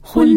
婚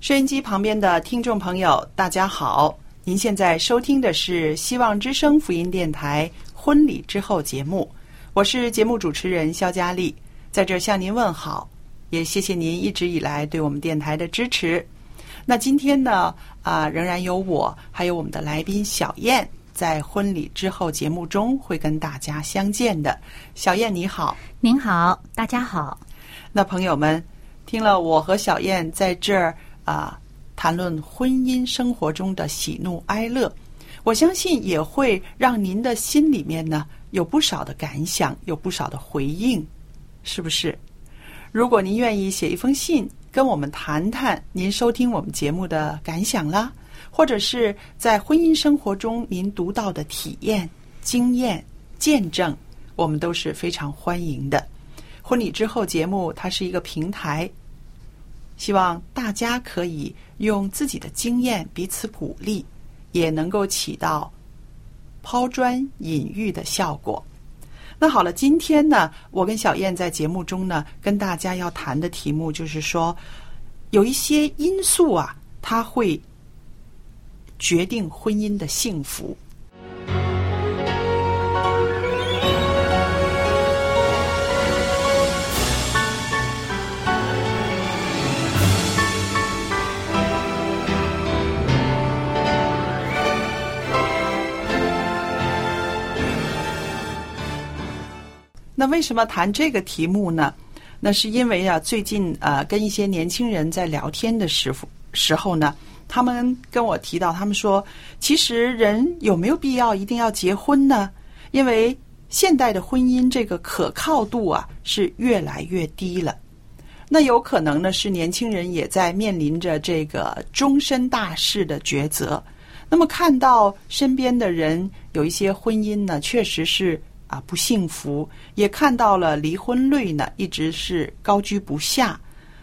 收音机旁边的听众朋友，大家好！您现在收听的是希望之声福音电台《婚礼之后》节目，我是节目主持人肖佳丽，在这儿向您问好，也谢谢您一直以来对我们电台的支持。那今天呢，啊、仍然有我，还有我们的来宾小燕，在婚礼之后节目中会跟大家相见的。小燕你好，您好，大家好。那朋友们，听了我和小燕在这儿啊谈论婚姻生活中的喜怒哀乐，我相信也会让您的心里面呢有不少的感想，有不少的回应，是不是？如果您愿意写一封信跟我们谈谈您收听我们节目的感想啦，或者是在婚姻生活中您独到的体验、经验、见证，我们都是非常欢迎的。婚礼之后节目，它是一个平台，希望大家可以用自己的经验彼此鼓励，也能够起到抛砖引玉的效果。那好了，今天呢，我跟小燕在节目中呢，跟大家要谈的题目就是说，有一些因素啊，它会决定婚姻的幸福。那为什么谈这个题目呢？那是因为啊，最近呃，跟一些年轻人在聊天的时候时候呢，他们跟我提到，他们说，其实人有没有必要一定要结婚呢？因为现代的婚姻这个可靠度啊是越来越低了。那有可能呢，是年轻人也在面临着这个终身大事的抉择。那么看到身边的人有一些婚姻呢，确实是啊不幸福，也看到了离婚率呢一直是高居不下。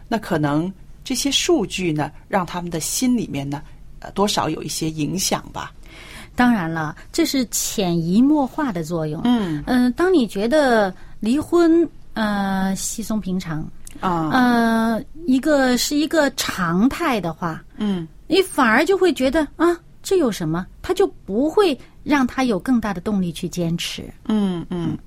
那可能这些数据呢，让他们的心里面呢，呃多少有一些影响吧。当然了，这是潜移默化的作用。嗯嗯、当你觉得离婚呃稀松平常，啊，呃，一个是一个常态的话，嗯你反而就会觉得啊，这有什么？他就不会让他有更大的动力去坚持。嗯嗯。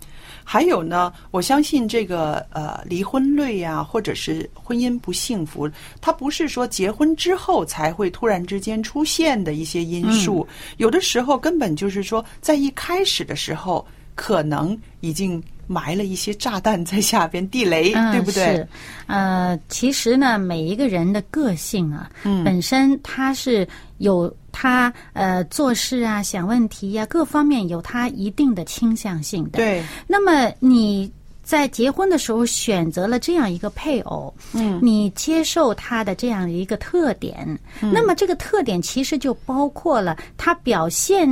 还有呢，我相信这个呃离婚率呀、或者是婚姻不幸福，它不是说结婚之后才会突然之间出现的一些因素，嗯有的时候根本就是说在一开始的时候，可能已经埋了一些炸弹在下边，地雷，嗯，对不对是？，呃，其实呢，每一个人的个性啊，嗯本身他是有他呃做事啊、想问题呀、各方面有他一定的倾向性的。，对，那么你。在结婚的时候选择了这样一个配偶，嗯，你接受他的这样一嗯个特点，那么这个特点其实就包括了他表现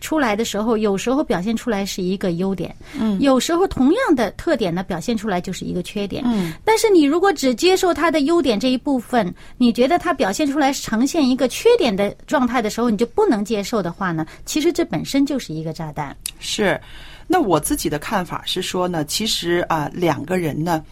出来的时候，有时候表现出来是一个优点，嗯有时候同样的特点呢，表现出来就是一个缺点，嗯。但是你如果只接受他的优点这一部分，你觉得他表现出来呈现一个缺点的状态的时候，你就不能接受的话呢，其实这本身就是一个炸弹。是，那我自己的看法是说呢，其实啊，两个人呢，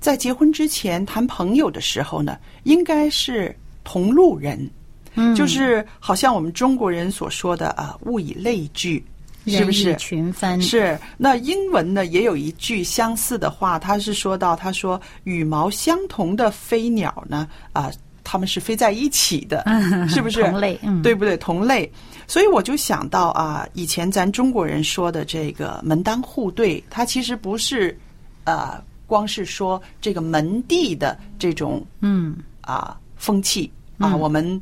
在结婚之前谈朋友的时候呢，应该是同路人，嗯，就是好像我们中国人所说的啊，物以类聚，是人不以是？群分是。那英文呢也有一句相似的话，它是说到，他说羽毛相同的飞鸟呢，啊、它们是飞在一起的，是不是？同类， 嗯，对不对？同类，所以我就想到啊，以前咱中国人说的这个门当户对，它其实不是呃，光是说这个门第的这种嗯，啊风气啊，我们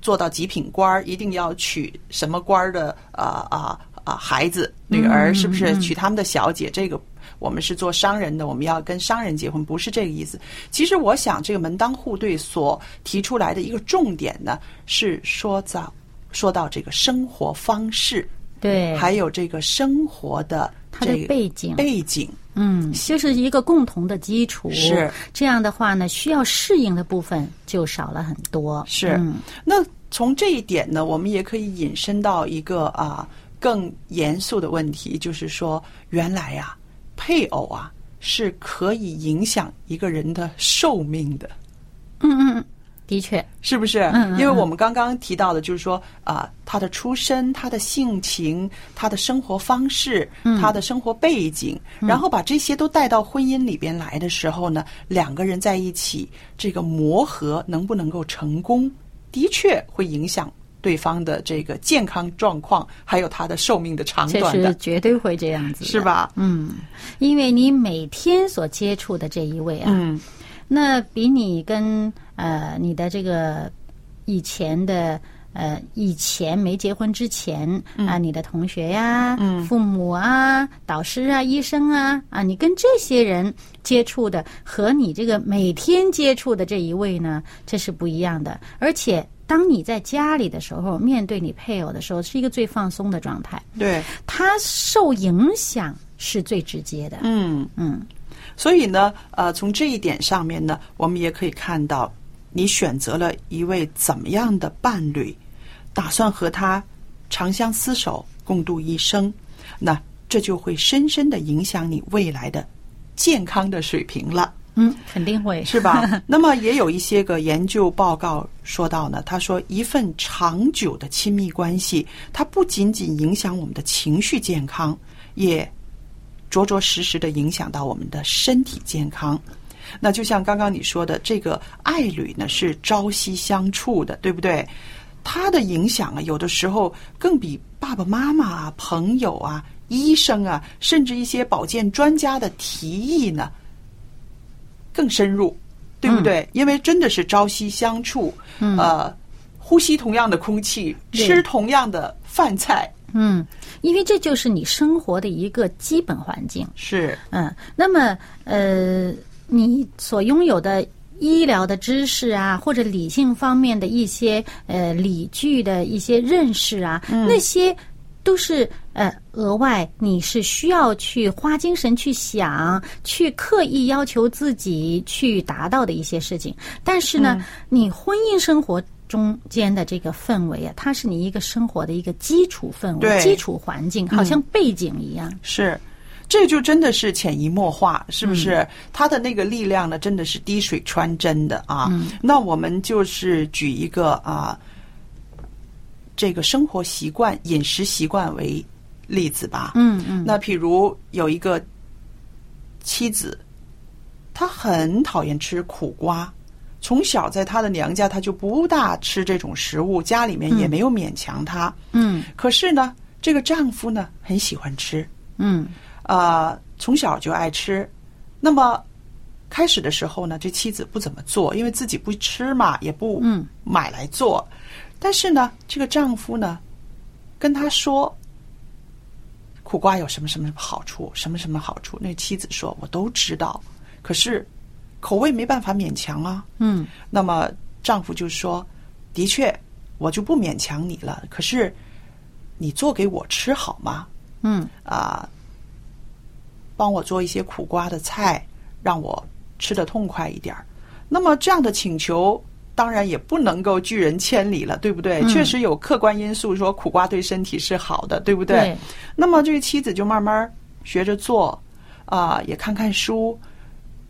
做到极品官儿，一定要娶什么官儿的啊啊啊孩子嗯女儿，是不是娶他们的小姐？这个我们是做商人的，我们要跟商人结婚，不是这个意思。其实我想，这个门当户对所提出来的一个重点呢，是说到说到这个生活方式，对，还有这个生活的他哎的这个哎背景，背景。嗯，就是一个共同的基础。是这样的话呢，需要适应的部分就少了很多。是嗯、那从这一点呢，我们也可以引申到一个啊更严肃的问题，就是说，原来呀、配偶啊是可以影响一个人的寿命的，嗯嗯嗯，的确，是不是？嗯嗯嗯因为我们刚刚提到的，就是说啊，他的出身、他的性情、他的生活方式、嗯他的生活背景，然后把这些都带到婚姻里边来的时候呢，两个人在一起，这个磨合能不能够成功，的确会影响对方的这个健康状况，还有他的寿命的长这短是的，绝对会这样子，是？吧？嗯，因为你每天所接触的这一位啊，嗯，那比你跟呃你的这个以前的呃以前没结婚之前啊、你的同学呀、父母啊、导师啊、医生啊啊，你跟这些人接触的和你这个每天接触的这一位呢，这是不一样的。而且，当你在家里的时候，面对你配偶的时候，是一个最放松的状态，对，他受影响是最直接的。嗯。嗯，所以呢，呃，从这一点上面呢，我们也可以看到，你选择了一位怎么样的伴侣，打算和他长相厮守，共度一生，那这就会深深的影响你未来的健康的水平了。嗯，肯定会是吧？那么也有一些个研究报告说到呢，他说一份长久的亲密关系，它不仅仅影响我们的情绪健康，也着着实实的影响到我们的身体健康。那就像刚刚你说的，这个爱侣呢是朝夕相处的，对不对？它的影响啊，有的时候更比爸爸妈妈啊、朋友啊、医生啊，甚至一些保健专家的提议呢，更深入，对不对？因为真的是朝夕相处，嗯呃，呼吸同样的空气，对吃同样的饭菜，嗯，因为这就是你生活的一个基本环境。是嗯，那么呃，你所拥有的医疗的知识啊，或者理性方面的一些呃理据的一些认识啊，嗯那些都是呃额外，你是需要去花精神去想，去刻意要求自己去达到的一些事情。但是呢，嗯你婚姻生活。中间的这个氛围啊，它是你一个生活的一个基础氛围、对嗯基础环境，好像背景一样。是。这就真的是潜移默化，是不是？它的那个力量呢，真的是滴水穿针的啊。那我们就是举一个啊，这个生活习惯、饮食习惯为例子吧。嗯嗯，那譬如有一个妻子，她很讨厌吃苦瓜，从小在她的娘家，她就不大吃这种食物，家里面也没有勉强她。嗯可是呢，这个丈夫呢，很喜欢吃，嗯啊，从小就爱吃。那么开始的时候呢，这妻子不怎么做，因为自己不吃嘛，也不嗯买来做。但是呢，这个丈夫呢，跟她说，苦瓜有什么什么好处，什么什么好处。那妻子说，我都知道，可是口味没办法勉强啊。嗯那么丈夫就说：“的确，我就不勉强你了。可是你做给我吃好吗？嗯啊，帮我做一些苦瓜的菜，让我吃的痛快一点儿。那么这样的请求，当然也不能够拒人千里了，对不对？嗯确实有客观因素说苦瓜对身体是好的，对不对？对那么这个妻子就慢慢学着做，啊、也看看书，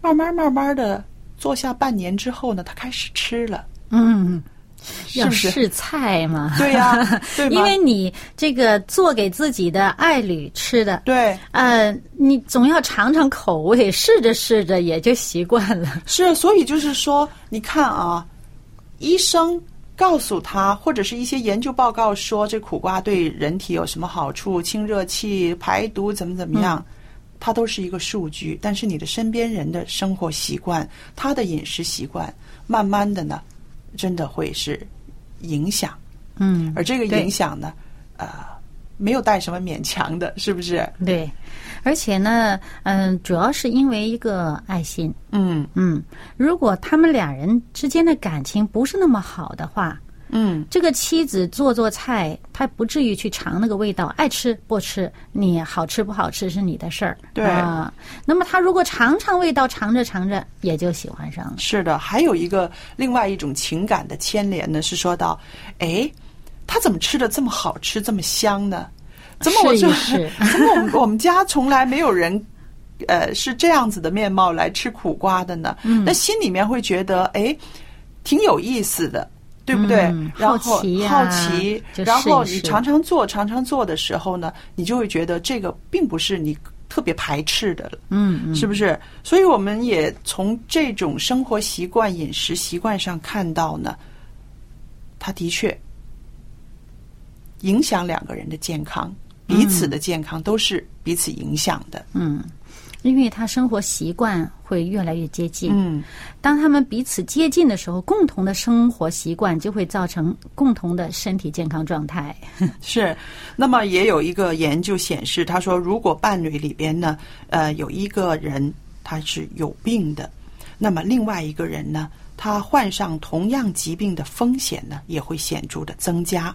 慢慢慢慢的做下半年之后呢，她开始吃了，嗯，是要不是？试菜嘛，对呀、对 吗？因为你这个做给自己的爱侣吃的，对，呃，你总要尝尝口味，试着试着也就习惯了。是，所以就是说，你看啊，医生告诉他，或者是一些研究报告说，这苦瓜对人体有什么好处，清热气、排毒，怎么怎么样，它都是一个数据。但是你的身边人的生活习惯，他的饮食习惯，慢慢的呢，真的会是影响，嗯，而这个对影响呢，呃，没有带什么勉强的，是不是？对，而且呢，嗯、主要是因为一个爱心。嗯嗯，如果他们俩人之间的感情不是那么好的话，嗯，这个妻子做做菜，她不至于去尝那个味道，爱吃不吃，你好吃不好吃是你的事儿。对啊、那么她如果尝尝味道，尝着尝着也就喜欢上了。是的，还有一个另外一种情感的牵连呢，是说到，哎，他怎么吃的这么好吃，这么香呢？怎么我试就一试 怎么我们我们家从来没有人，呃，是这样子的面貌来吃苦瓜的呢？嗯那心里面会觉得，哎，挺有意思的。对不对？嗯然后好奇呀好奇就然后试一你试常常做、常常做的时候呢，你就会觉得这个并不是你特别排斥的了。嗯嗯，是不是？所以我们也从这种生活习惯、饮食习惯上看到呢，它的确影响两个人的健康，彼此的健康都是彼此影响的。嗯，因为他生活习惯会越来越接近。嗯，当他们彼此接近的时候，共同的生活习惯就会造成共同的身体健康状态。是。那么也有一个研究显示，他说，如果伴侣里边呢，呃，有一个人他是有病的，那么另外一个人呢，他患上同样疾病的风险呢，也会显著的增加。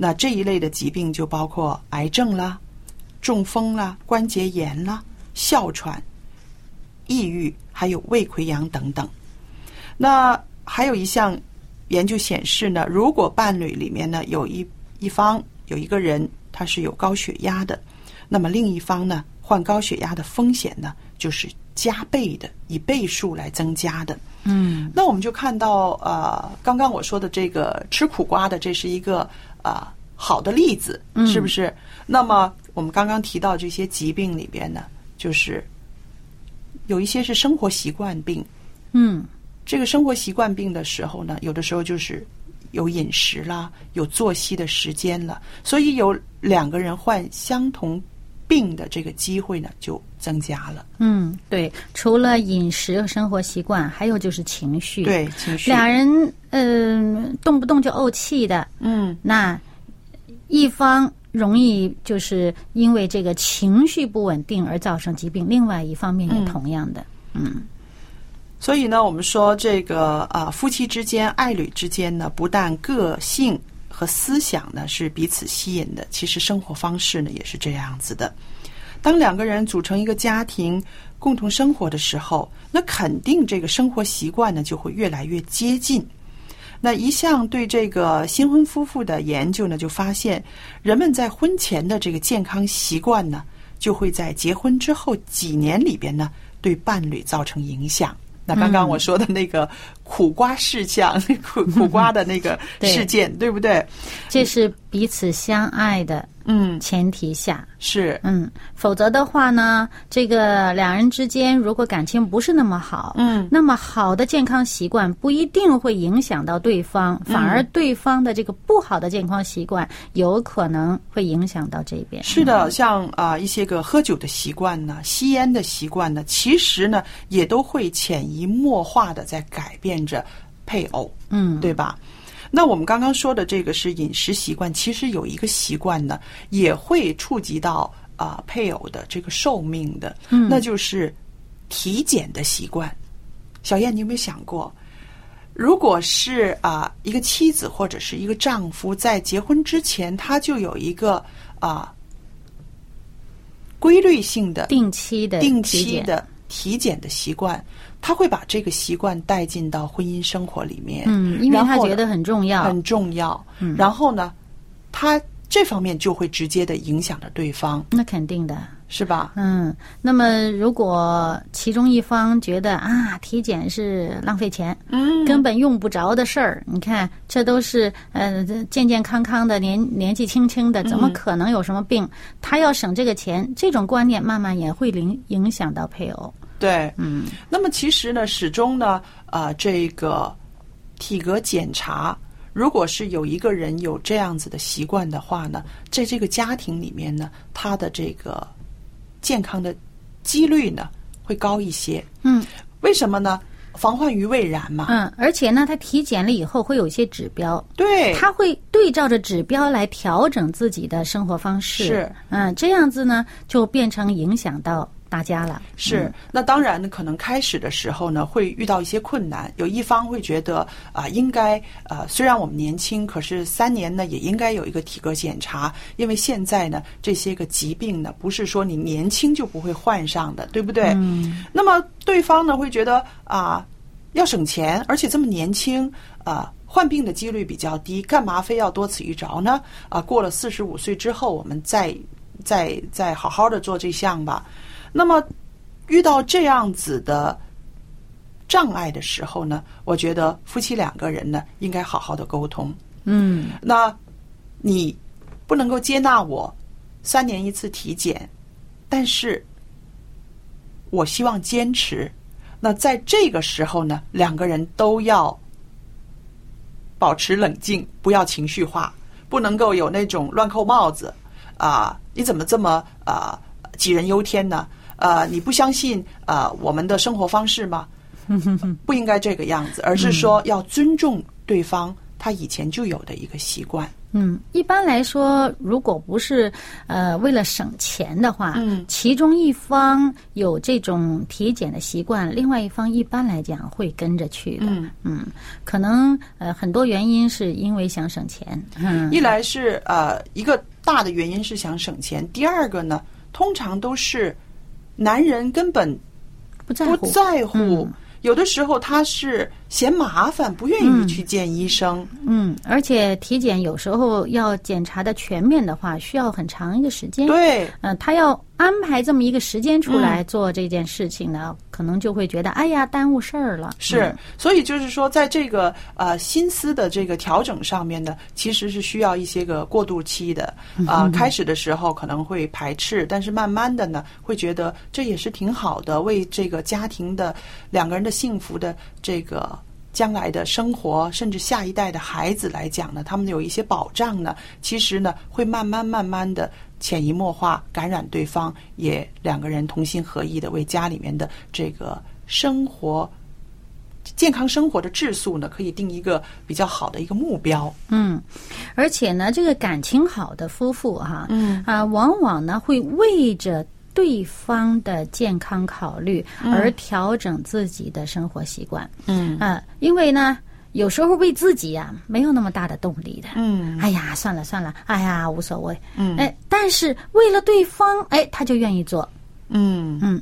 那这一类的疾病就包括癌症啦、中风啦、关节炎啦、哮喘、抑郁，还有胃溃疡等等。那还有一项研究显示呢，如果伴侣里面呢有一一方有一个人他是有高血压的，那么另一方呢患高血压的风险呢就是加倍的，以倍数来增加的。嗯那我们就看到，呃，刚刚我说的这个呃吃苦瓜的，这是一个呃好的例子，是不是？那么我们刚刚提到这些疾病里边呢，就是有一些是生活习惯病。嗯这个生活习惯病的时候呢，有的时候就是有饮食啦，有作息的时间了，所以有两个人患相同病的这个机会呢就增加了。嗯，对，除了饮食和生活习惯，还有就是情绪。，对，情绪，俩嗯人嗯、动不动就怄气的，嗯，那一方容易就是因为这个情绪不稳定而造成疾病，另外一方面也同样的。嗯所以呢，我们说这个啊、呃夫妻之间、爱侣之间呢，不但个性和思想呢是彼此吸引的，其实生活方式呢也是这样子的。当两个人组成一个家庭共同生活的时候，那肯定这个生活习惯呢就会越来越接近。那一项对这个新婚夫妇的研究呢，就发现人们在婚前的这个健康习惯呢，就会在结婚之后几年里边呢，对伴侣造成影响。那刚刚我说的那个苦瓜事项，苦苦瓜的那个对事件，对不对？这是彼此相爱的嗯，前提下，是，嗯，否则的话呢，这个两人之间如果感情不是那么好，嗯，那么好的健康习惯不一定会影响到对方，嗯反而对方的这个不好的健康习惯有可能会影响到这边。是的，像啊、一些个喝酒的习惯呢，吸烟的习惯呢，其实呢也都会潜移默化的在改变着配偶，嗯，对吧？那我们刚刚说的这个是饮食习惯，其实有一个习惯呢，也会触及到啊、配偶的这个寿命的，嗯那就是体检的习惯。小燕，你有没有想过，如果是啊、一个妻子或者是一个丈夫在结婚之前，他就有一个啊、规律性的定期的定体期检的体检的习惯，他会把这个习惯带进到婚姻生活里面。嗯，因为然他后觉呢得很重要，很重要。啊嗯然后呢，他这方面就会直接的影响着对方，那肯定的。是吧？嗯，那么如果其中一方觉得啊，体检是浪费钱，嗯根本用不着的事儿，你看这都是呃健健康康的年年纪轻轻的，怎么可能有什么病？他要省这个钱，这种观念慢慢也会影影响到配偶。对。嗯，那么其实呢，始终呢，啊，这个体格检查，如果是有一个人有这样子的习惯的话呢，在这个家庭里面呢，他的这个健康的几率呢会高一些。嗯，为什么呢？防患于未然嘛。嗯，而且呢，他体检了以后会有一些指标，对，他会对照着指标来调整自己的生活方式。是，嗯，这样子呢，就变成影响到大家了。是，那当然，可能开始的时候呢，会遇到一些困难。有一方会觉得啊、应该呃，虽然我们年轻，可是三年呢，也应该有一个体格检查，因为现在呢，这些个疾病呢，不是说你年轻就不会患上的，对不对？嗯，那么对方呢，会觉得啊、要省钱，而且这么年轻啊、患病的几率比较低，干嘛非要多此一着呢？啊、过了四十五岁之后，我们再再再好好的做这项吧。那么遇到这样子的障碍的时候呢，我觉得夫妻两个人呢，应该好好的沟通。嗯，那你不能够接纳我三年一次体检，但是我希望坚持。那在这个时候呢，两个人都要保持冷静，不要情绪化，不能够有那种乱扣帽子啊、你怎么这么啊、杞人忧天呢？呃，你不相信啊、我们的生活方式吗？不应该这个样子，而是说要尊重对方他以前就有的一个习惯。嗯，一般来说，如果不是呃为了省钱的话，嗯其中一方有这种体检的习惯，另外一方一般来讲会跟着去的。嗯可能呃很多原因是因为想省钱。嗯一来是呃一个大的原因是想省钱，第二个呢，通常都是男人根本不在不乎。在乎，嗯有的时候他是嫌麻烦，不愿意去见医生。嗯，而且体检有时候要检查的全面的话，需要很长一个时间。对，嗯嗯、他要安排这么一个时间出来做这件事情呢，可能就会觉得哎呀耽误事儿了。是，所以就是说，在这个呃心思的这个调整上面呢，其实是需要一些个过渡期的。啊、开始的时候可能会排斥，但是慢慢的呢，会觉得这也是挺好的，为这个家庭的两个人的幸福的这个。将来的生活，甚至下一代的孩子来讲呢，他们有一些保障呢，其实呢会慢慢慢慢的潜移默化感染对方，也两个人同心合意的为家里面的这个生活健康生活的质素呢，可以定一个比较好的一个目标。嗯，而且呢，这个感情好的夫妇哈、嗯啊，往往呢会为着对方的健康考虑而调整自己的生活习惯。嗯啊，因为呢，有时候为自己呀、没有那么大的动力的。嗯哎呀，算了算了，哎呀，无所谓。嗯哎，但是为了对方，哎，他就愿意做。嗯，嗯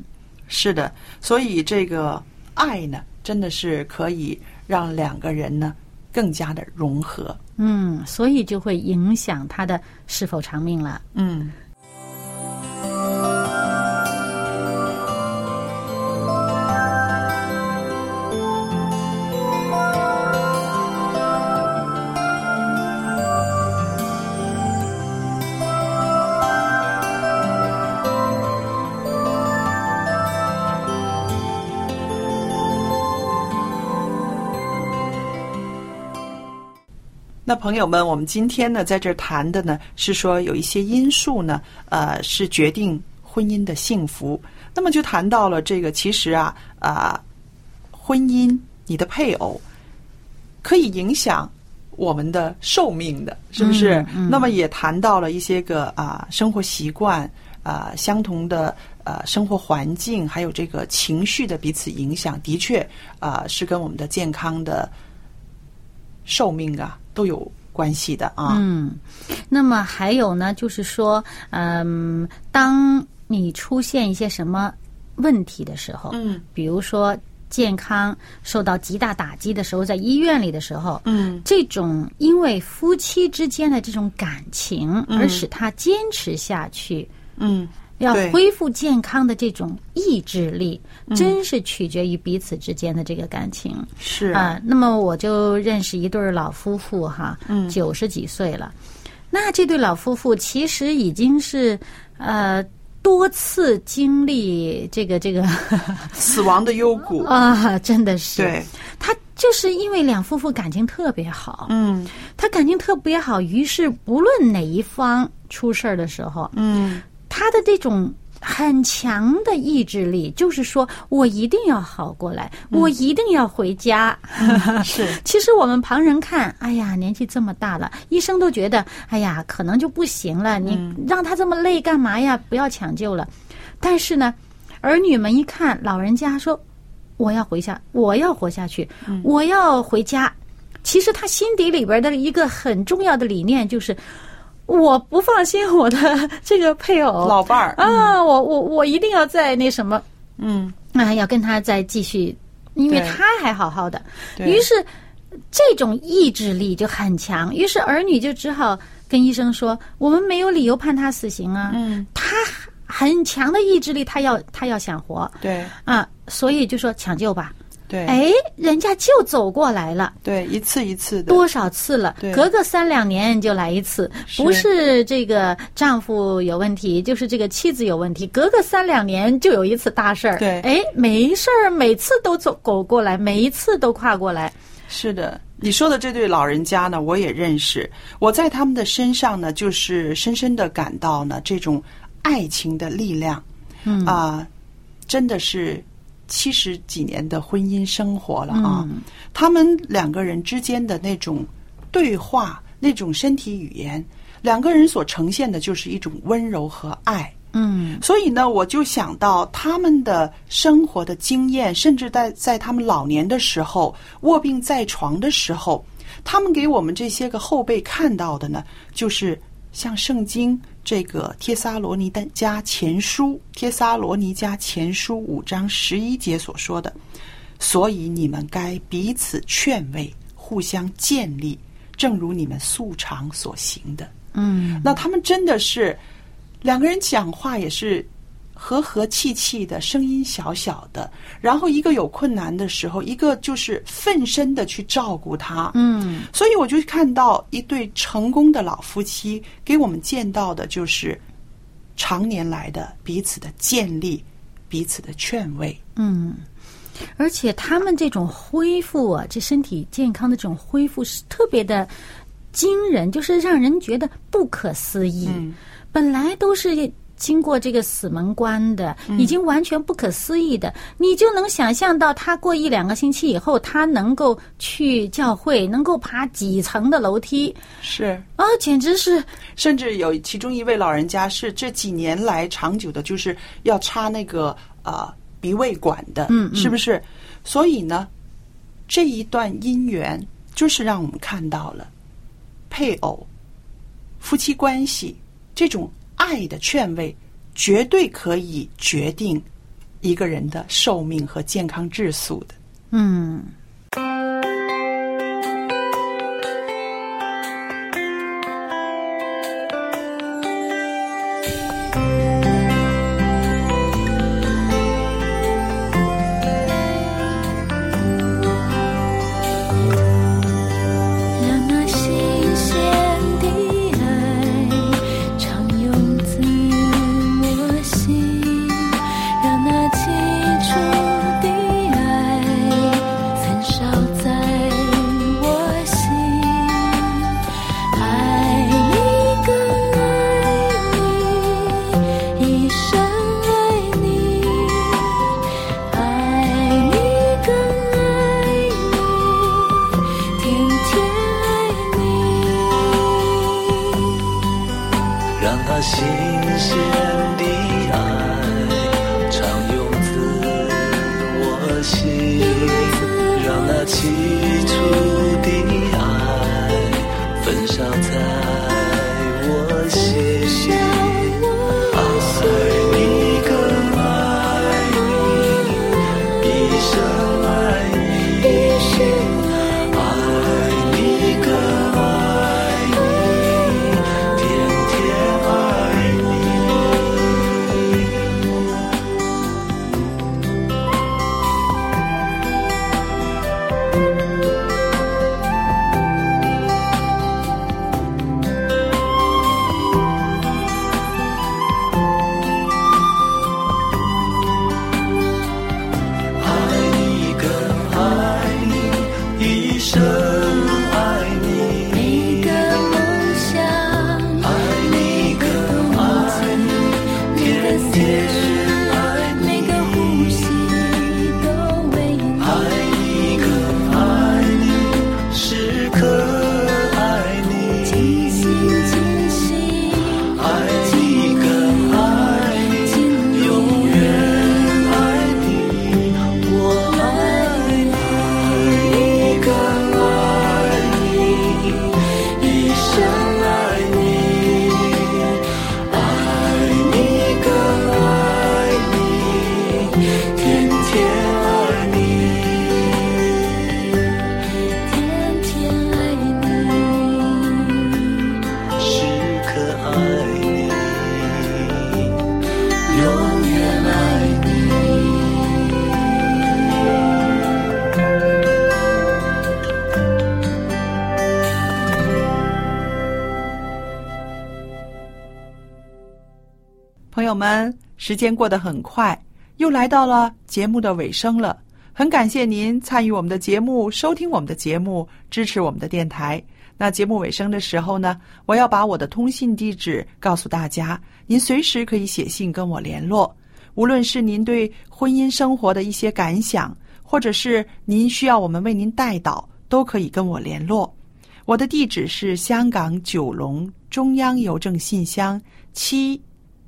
是的，所以这个爱呢，真的是可以让两个人呢更加的融合。嗯，所以就会影响他的是否长命了。嗯。那朋友们，我们今天呢，在这儿谈的呢，是说有一些因素呢，呃，是决定婚姻的幸福。那么就谈到了这个，其实啊，啊、婚姻，你的配偶可以影响我们的寿命的，是不是？嗯嗯那么也谈到了一些个啊、生活习惯啊、相同的呃生活环呃境，还有这个情绪的彼此影响，的确啊、是跟我们的健康的寿命啊都有关系的啊。嗯，那么还有呢，就是说，嗯，当你出现一些什么问题的时候，嗯比如说健康受到极大打击的时候，在医院里的时候，嗯，这种因为夫妻之间的这种感情而使他坚持下去，嗯，要对嗯恢复健康的这种意志力，真是取决于彼此之间的这个感情。是啊、那么我就认识一对儿老夫妇哈，嗯九十几岁了。那这对老夫妇其实已经是呃多次经历这个这个 死亡的幽谷，啊，真的是对，他就是因为两夫妇感情特别好，嗯他感情特别好，于是不论哪一方出事儿的时候，嗯，他的这种很强的意志力，就是说我一定要好过来，嗯我一定要回 家。是 其实我们旁人看，哎呀，年纪这么大了，医生都觉得，哎呀，可能就不行了。你让他这么累干嘛呀？不要抢救了。但是呢，儿女们一看老人家说，我要回下，我要活下去，我要回家。其实他心底里边的一个很重要的理念就是，我不放心我的这个配偶老伴儿，啊，我我我一定要在那什么。嗯，啊，要跟他再继续，因为对他还好好的。对于是这种意志力就很强，于是儿女就只好跟医生说：“我们没有理由判他死刑啊，嗯，他很强的意志力，他要他要想活对啊，所以就说抢救吧。”对，哎，人家就走过来了。对，一次一次的，多少次了对？隔个三两年就来一次，是不是这个丈夫有问题，就是这个妻子有问题。隔个三两年就有一次大事儿。对哎，没事儿，每次都走狗过来，每一次都跨过来。是的，你说的这对老人家呢，我也认识。我在他们的身上呢，就是深深的感到呢，这种爱情的力量。嗯啊、真的是七十几年的婚姻生活了啊。他们两个人之间的那种对话，那种身体语言，两个人所呈现的就是一种温柔和爱。嗯所以呢，我就想到他们的生活的经验，甚至在在他们老年的时候卧病在床的时候，他们给我们这些个后辈看到的呢，就是像圣经这个帖撒罗尼迦前书帖撒罗尼迦前书五章十一节所说的，所以你们该彼此劝慰，互相建立，正如你们素常所行的。嗯，那他们真的是两个人讲话也是和和气气的，声音小小的。然后一个有困难的时候，一个就是奋身的去照顾他。嗯，所以我就看到一对成功的老夫妻给我们见到的就是常年来的彼此的建立、彼此的劝慰。而且他们这种恢复啊，这身体健康的这种恢复是特别的惊人，就是让人觉得不可思议。本来都是经过这个死门关的，已经完全不可思议的，你就能想象到他过一两个星期以后，他能够去教会，能够爬几层的楼梯是，啊，简直是甚至有其中一位老人家是这几年来长久的，就是要插那个呃鼻胃管的，嗯嗯是不是？所以呢，这一段姻缘就是让我们看到了配偶、夫妻关系这种爱的劝慰，绝对可以决定一个人的寿命和健康质素的。嗯。那么新鲜的爱，常永自我心；让那起初的爱，焚烧在我心。爱你更爱你，一生爱你。爱你更爱你，天天爱你。让它新鲜的爱常永自我心，让那起初的爱友们，时间过得很快，又来到了节目的尾声了。很感谢您参与我们的节目，收听我们的节目，支持我们的电台。那节目尾声的时候呢，我要把我的通信地址告诉大家，您随时可以写信跟我联络。无论是您对婚姻生活的一些感想，或者是您需要我们为您带导，都可以跟我联络。我的地址是香港九龙中央邮政信箱七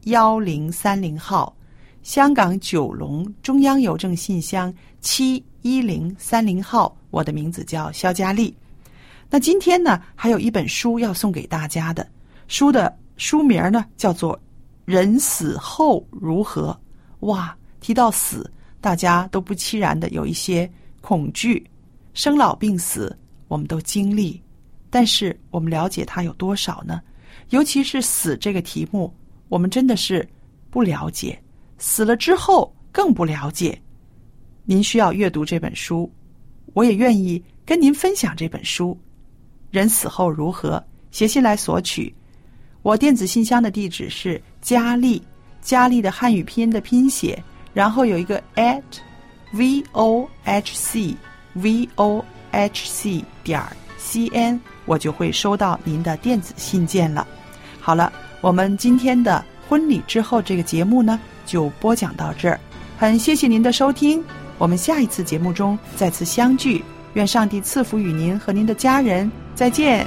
幺零三零号，香港九龙中央邮政信箱七一零三零号。我的名字叫肖佳丽。那今天呢，还有一本书要送给大家的，书的书名呢叫做《人死后如何》。哇，提到死，大家都不期然的有一些恐惧，生老病死我们都经历，但是我们了解它有多少呢？尤其是死这个题目，我们真的是不了解，死了之后更不了解。您需要阅读这本书，我也愿意跟您分享这本书。人死后如何？写信来索取。我电子信箱的地址是佳丽，佳丽的汉语拼音的拼写，然后有一个 at v o h c v o h c 点 c n，我就会收到您的电子信件了。好了，我们今天的婚礼之后这个节目呢，就播讲到这儿。很谢谢您的收听，我们下一次节目中再次相聚。愿上帝赐福与您和您的家人，再见。